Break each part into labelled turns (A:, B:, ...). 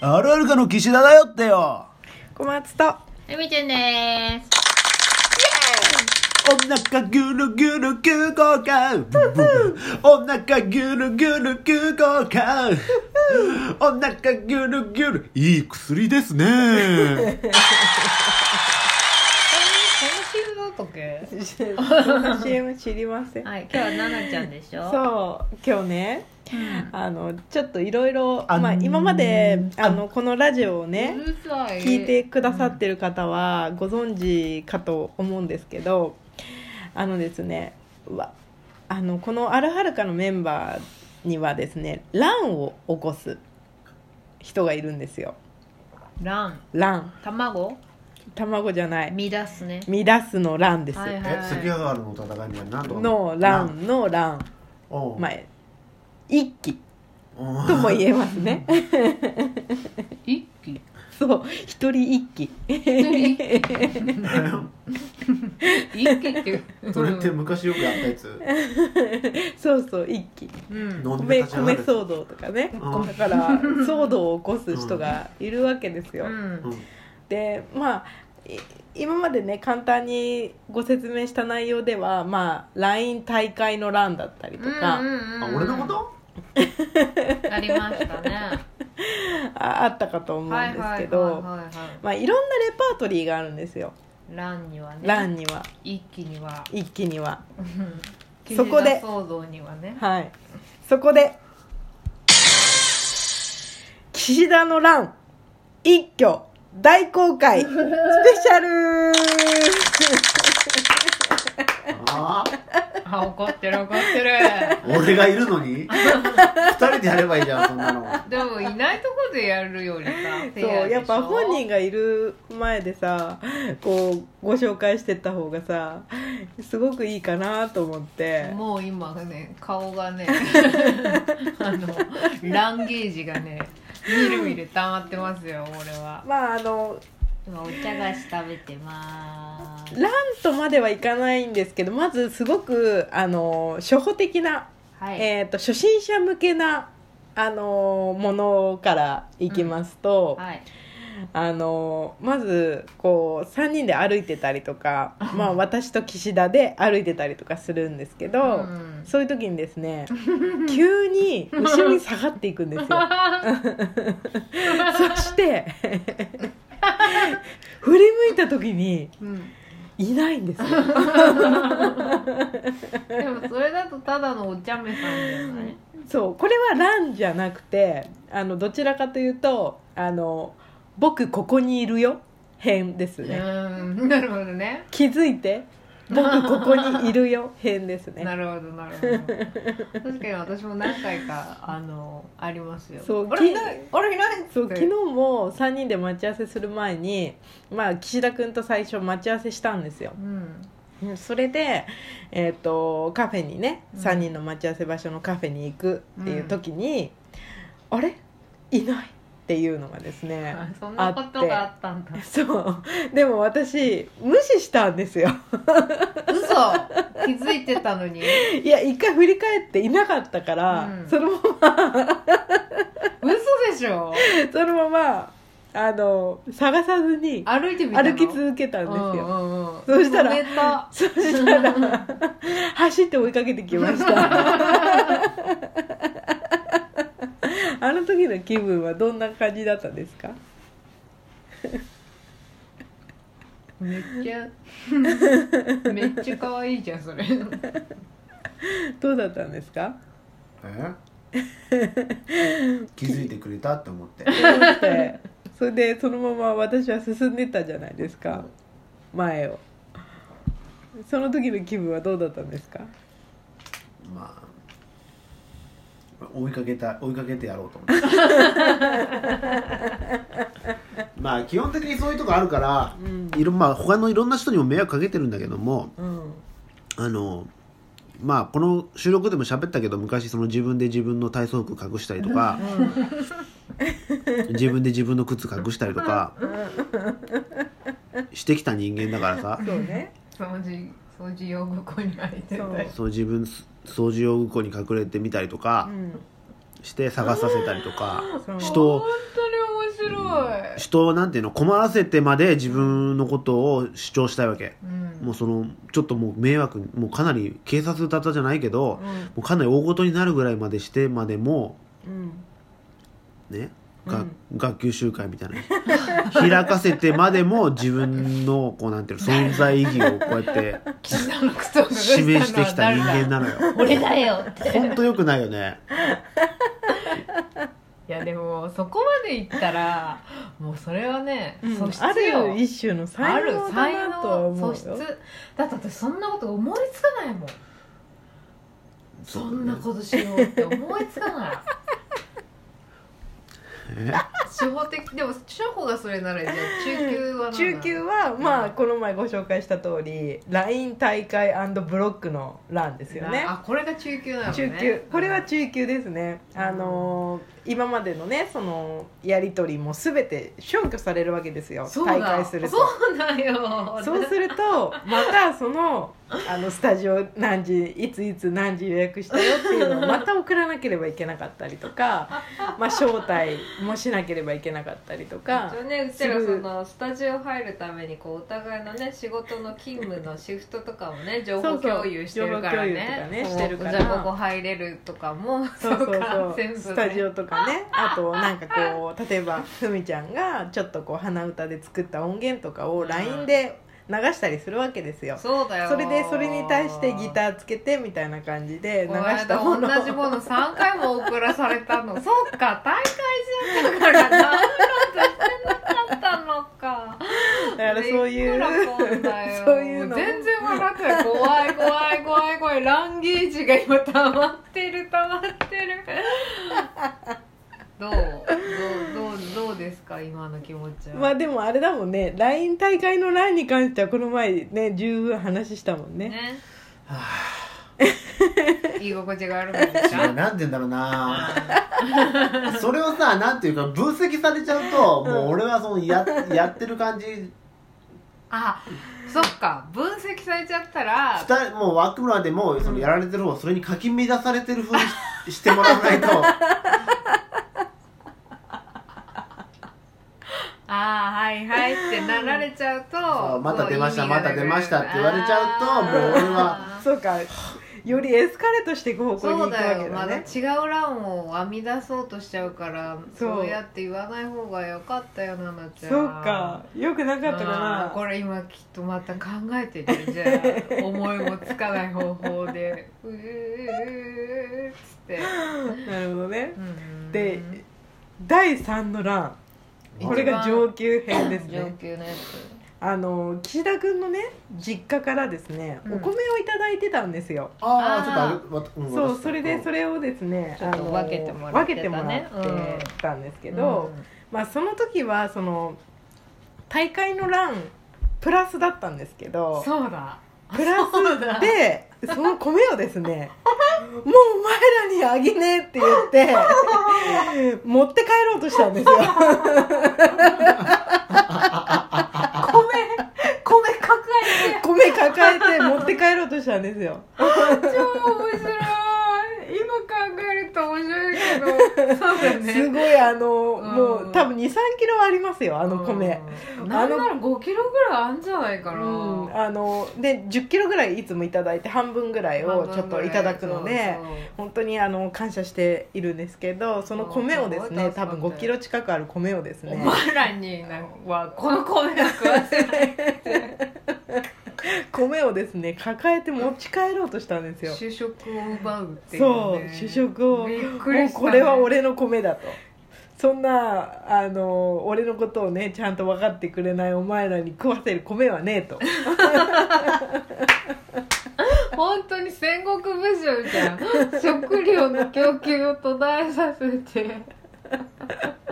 A: あるあるかの岸田だよってよ
B: 小松と
C: えみちゃんです。
A: お腹ぐるぐる急降下お腹ぐるぐる急降下お腹ぐるぐるいい薬です ね
C: えみ、この CM だったっけ
B: CM 知りません、
C: はい、今日はななちゃんでしょ。
B: そう今日ね
C: うん。
B: あのちょっといろいろ
A: あん
B: まあ今まで
A: あん
B: あのこのラジオをね
C: うるさい。
B: 聞いてくださってる方はご存知かと思うんですけどあのですねうわあのこの「あるはるか」のメンバーにはですね乱を起こす人がいるんですよ
C: 卵、
B: 乱
C: 卵、
B: 卵じゃない
C: 乱すね。
B: 乱すの乱です、
C: はい
A: え関ヶ原の戦いみたいななんとか
B: の乱の乱
A: おう
B: まあ一気
A: おう
B: とも言えます ね
C: 一気。
B: そう一人一気
C: 一気一気って。
A: それって昔よくやったやつ
B: そうそう一気
C: うん。
A: 飲んで
B: 米
A: 立ち上が
B: 米
A: る
B: 騒動とかね
A: うん
B: だから騒動を起こす人がいるわけですよ、
C: うん。
B: でまあい今までね簡単にご説明した内容では、まあ、LINE 大会の欄だったりとか、
C: うんうんうん
A: あ俺のこと
C: ありましたね。
B: ああったかと思うんですけど、
C: はいはいはいはい
B: まあ、いろんなレパートリーがあるんですよ
C: 乱にはね。
B: 欄には
C: 一気には。
B: 一気には
C: うん
B: そこで
C: 岸田騒動にはね。
B: はいそこで岸田の欄一挙大公開スペシャル
A: ああ
C: あ、怒ってる怒ってる。
A: 俺がいるのに二人でやればいいじゃんそんなの
C: でもいないところでやるよりさ、フェ
B: そ
C: ア
B: う
C: でしょ
B: やっぱ本人がいる前でさこうご紹介してった方がさすごくいいかなと思って
C: もう今ね顔が ねあのランゲージがねみるみる溜まってますよ俺は
B: まああの
C: 今お茶菓子食べてまーす
B: ランとまではいかないんですけどまずすごくあの初歩的な、
C: はい、
B: えー、と初心者向けなあのものからいきますと、
C: はい
B: あのまずこう3人で歩いてたりと か、まあ、私と岸田で歩いてたりとかするんですけど。
C: うん
B: そういう時にです ね急に後ろに下がっていくんですよそして振り向いた時に
C: うん、
B: いないんですよ
C: でもそれだとただのお茶目さんじゃない
B: そうこれは乱じゃなくてあのどちらかというとあの「僕ここにいるよ」編です
C: う
B: ね
C: ーんなるほどね
B: 気づいて「僕ここにいる よ」編です
C: な
B: ね
C: るほどなるほど確かに私も何回かあのありますよ
B: そう
C: あ
B: き
C: れいないあれいない
B: そう
C: って
B: 昨日も3人で待ち合わせする前に、まあ、岸田君と最初待ち合わせしたんですよ
C: うん
B: うんそれで、えー、とカフェにね
C: うん
B: 3人の待ち合わせ場所のカフェに行くっていう時に、あれいないっていうのがですね
C: あそんなことがあったんだ
B: そうでも私無視したんですよ
C: 嘘気づいてたのに
B: いや一回振り返っていなかったから、
C: うん
B: そのま
C: 嘘でしょ
B: まそのままあの探さずに
C: 歩いてみたの
B: 歩き続けたんですよ、
C: うんうんうん
B: そしたら
C: 止 めた
B: そしたら走って追いかけてきましたあの時の気分はどんな感じだったんですか
C: めっちゃめっちゃ可愛いじゃんそれ
B: どうだったんですか
A: え 気づいてくれたって思 って
B: 思ってそれでそのまま私は進んでったじゃないですか前をその時の気分はどうだったんですか
A: まあ追いかけた追いかけてやろうと 思ってまあ基本的にそういうとこあるから、
B: うん
A: いろまあ他のいろんな人にも迷惑かけてるんだけども
B: うん
A: あのまあこの収録でも喋ったけど昔その自分で自分の体操服隠したりとか自分で自分の靴隠したりとかしてきた人間だからさ
B: そうね
C: 掃除掃除用具庫に入ってた
B: そう
C: り
A: そう自分掃除用具庫に隠れてみたりと
B: う
A: か
B: ん
A: して探させたりとか
B: そう
A: 人を
C: 本当に面白い
A: 人をなんていうの困らせてまで自分のことを主張したいわけ
C: うん
A: もうそのちょっともう迷惑もうかなり警察だったじゃないけど
C: うん
A: もうかなり大事になるぐらいまでしてまでも
B: うん
A: ね、
B: うん
A: が学級集会みたいな開かせてまでも自分のこうなんていうの存在意義をこうやって
C: 岸田の靴を
A: 示
C: 隠
A: してきた
C: のは
A: 人
C: 誰
A: 間な
C: だ
A: のよ
C: 俺だよって
A: ほんとよくないよね
C: いやでもそこまでいったらもうそれはね、
B: うん
C: 素質よ
B: ある一種の
C: あ
B: 才
C: る
B: 能
C: 才
B: だなとは
C: 能
B: 思う
C: 素
B: よ
C: 質だって私そんなこと思いつかないもんそんなことしようって思いつかない
A: え
C: 初歩的でも初歩がそれならいいじゃん中級はなんだ
B: 中級はま
C: う
B: あ
C: ん
B: この前ご紹介した通り LINE 大会ブロックの欄ですよね
C: あこれが中級なのね
B: 中級これは中級ですね、あのー今までのねそのやり取りも全て消去されるわけですよ
C: そう
B: 大
C: だ
B: 会すると
C: そうだよ
B: そうするとまたそのあのスタジオ何時いついつ何時予約したよっていうの をまた送らなければいけなかったりとか、まあ、招待もしなければいけなかったりとか
C: 一応ねうちらそのスタジオ入るためにこうお互いのね仕事の勤務のシフトとかも ね情報共有してるからね
B: そうそう情報共有とかねしてるから
C: じゃあここ入れるとかも
B: そうそうそう、
C: 全部ね
B: スタジオとかねあとなんかこう例えばふみちゃんがちょっとこう鼻歌で作った音源とかを LINE で流したりするわけですよ、
C: そうだよ
B: それでそれに対してギターつけてみたいな感じで流
C: この間
B: したもの
C: 同じもの3回も送らされたのそうか大会中だからダウンロードしてなかったのか
B: だからそうい
C: びっ
B: う
C: くらこんだよ
B: そういうの
C: 全然笑ってない怖い怖い怖い怖いランゲージが今溜まってる溜まってるどうどうどうどうですか今の気持ちは、
B: まあでもあれだもんね LINE 大会の欄に関してはこの前ね十分話したもんね
C: ね居心地があるのです
A: 違う
C: か
A: なんて言うんだろう なそれをさなんていうか分析されちゃうともう俺はそのややってる感じ
C: あそっか分析されちゃったら
A: 二人もう枠村でもそのやられてる方それにかき乱されてるふうにし してもらわないと
C: ああはいはいってなられちゃう
A: そう
C: と
A: また出ました
C: こう意味がなく
A: また出ましたって言われちゃうと
C: あー
A: もう俺は
B: そうかよりエスカレートしていく方向に
C: そ
B: 行
C: う
B: くわけ
C: だ
B: だね
C: よまだ違う欄を編み出そうとしちゃうから
B: そう
C: そうやって言わない方がよかったよななちゃん
B: そうかよくなかったか
C: あ
B: な
C: ーこれ今きっとまた考えてるじゃん思いもつかない方法で うーうーうーっつって、
B: なるほどね
C: うん
B: で第3の欄 これが上級編です
C: 上
B: ね
C: 級のや
B: あの岸田君のね実家からですね、
C: うん
B: お米をいただいてたんですよ
A: ああ
C: あー
A: ちょっとあれわたん
B: そ
A: 私
B: うそれでそれをですね
C: ちょっと
B: あの
C: 分けてもらってたね
B: 分けてもらってたんですけ
C: つ
B: ど、まあその時はその大会の欄プラスだったんですけ
C: うん
B: ど
C: そうだ
B: プラ
C: そうだ
B: スでその米をですねもうお前らにあげねえって言って持って帰ろうとしたん ですよ米
C: 米抱えて
B: 米抱えて持って帰ろうとしたんですよ
C: 超面白い今考えると面白いけどそうだ
B: す
C: ね
B: ごいあの、
C: うん
B: もう多分23キロありますよあの米、
C: うんなんなら5キロぐらいあんじゃないかな、
B: うん、あので1 0キロぐらいいつもいただいて半分ぐらいをちょっといただくので
C: そうそう
B: 本当にあの感謝しているんですけどその米をです
C: う
B: ね
C: ん
B: 多分5キロ近くある米をです
C: お
B: ね
C: 前らになん かはこの米は食わせない
B: 米をですね抱えて持ち帰ろうとしたんですよ
C: 主食を奪うっていう、
B: そう
C: ね、
B: 主食を
C: びっく
B: も
C: り
B: う
C: した、ね、
B: これは俺の米だとそんなあの俺のことをねちゃんと分かってくれないお前らに食わせる米はねえと
C: 本当に戦国武将みたいな食料の供給を途絶えさせて
B: そ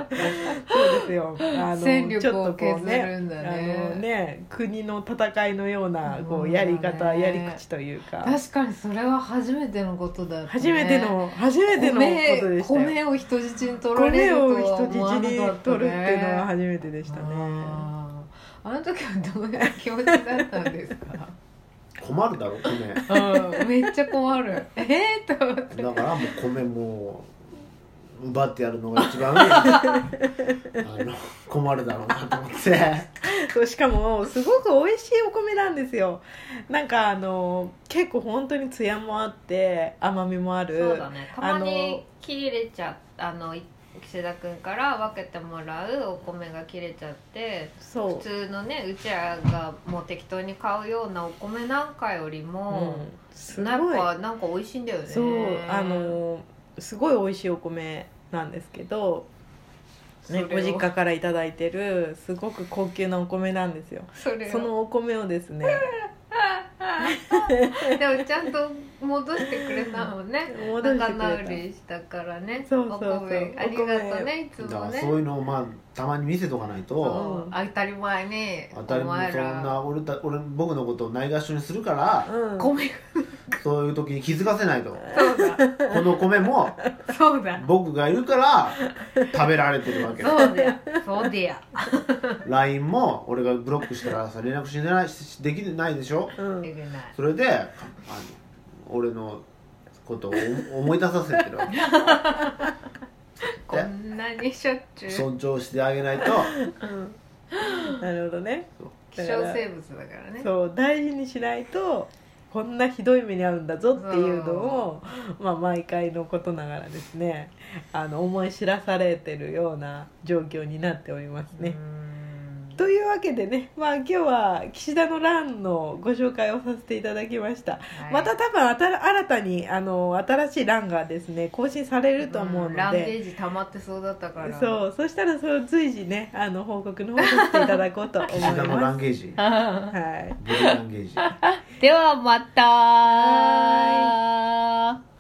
B: うですよ。あ
C: 戦力を
B: ちょっとこう
C: 削るんだね
B: あのね、国の戦いのようなこ
C: う
B: うんやり方、
C: ね
B: やり口というか。
C: 確かにそれは初めてのことだった、ね、
B: 初めての、初めてのことでしたよ。
C: 米米を人質に取られ
B: 米
C: ると
B: を
C: は
B: 人質
C: 思わなかった、ね、
B: に取るっていうのは初めてで
C: で
B: したね。
C: あの時はどういう気持ちだったんですか
A: 困るだろ米
C: うんめっちゃ困るえー、と思って
A: だからもう米もうバッてやるのが一 番あの困るだろうなと思って
B: そうしかもすごく美味しいお米なんですよなんかあの結構本当にツヤもあって甘みもある
C: そうだねたまに切れちゃあのい岸田君から分けてもらうお米が切れちゃって
B: そう
C: 普通のねうちらがもう適当に買うようなお米なんかよりも、
B: うんす
C: なん
B: ごい
C: かなんか美味しいんだよね
B: そうあのすごい美味しいお米なんですけど、
C: それ
B: ね、
C: を
B: ご実家から頂いただいてるすごく高級なお米なんですよ
C: それを
B: そのお米をですね
C: でもちゃんと戻してくれたもんね
B: 戻して
C: 仲
B: くれ
C: 直りしたからね
B: そうそうそう
C: お米ありがとうねいつ
A: だか
C: も
A: ら
C: ね
A: そういうのをまあたまに見せとかないと
C: そう当たり前に
A: 当たり
C: お
A: 前
C: 前
A: そん
C: ら
A: な俺た俺僕のことをないがしろにするから
B: た、うん、
C: 米が
A: そういう時に気づかせないと
C: そうだ
A: この米も
C: そ うだ
A: 僕がいるから食べられてるわけ
C: そうだよそうだよ
A: LINE も俺がブロックしたらさ連絡しないしできないでしょ
B: うん
C: できない
A: それであの俺のことを思い出させてるわけ
C: こんなにしょっちゅう
A: 尊重してあげないと
B: うんなるほどね
C: 希少生物だからね
B: そう大事にしないとこんなひどい目に遭うんだぞっていうのを、まあ、毎回のことながらですねあの思い知らされてるような状況になっておりますね。
C: うん
B: というわけでね、まあ、今日は岸田の欄のご紹介をさせていただきました、
C: はい
B: また多分あた新たにあの新しい欄がですね更新されると思う
C: ラ
B: の
C: ンゲ
B: で、
C: ージ溜まってそうだったから
B: そうそしたらそれを随時ねあの報告の方させていただこうと思い
A: 岸田のラ
B: ま
A: ンゲージ
B: す。はい
A: 僕のランゲージ
C: ではまた
B: は
C: ー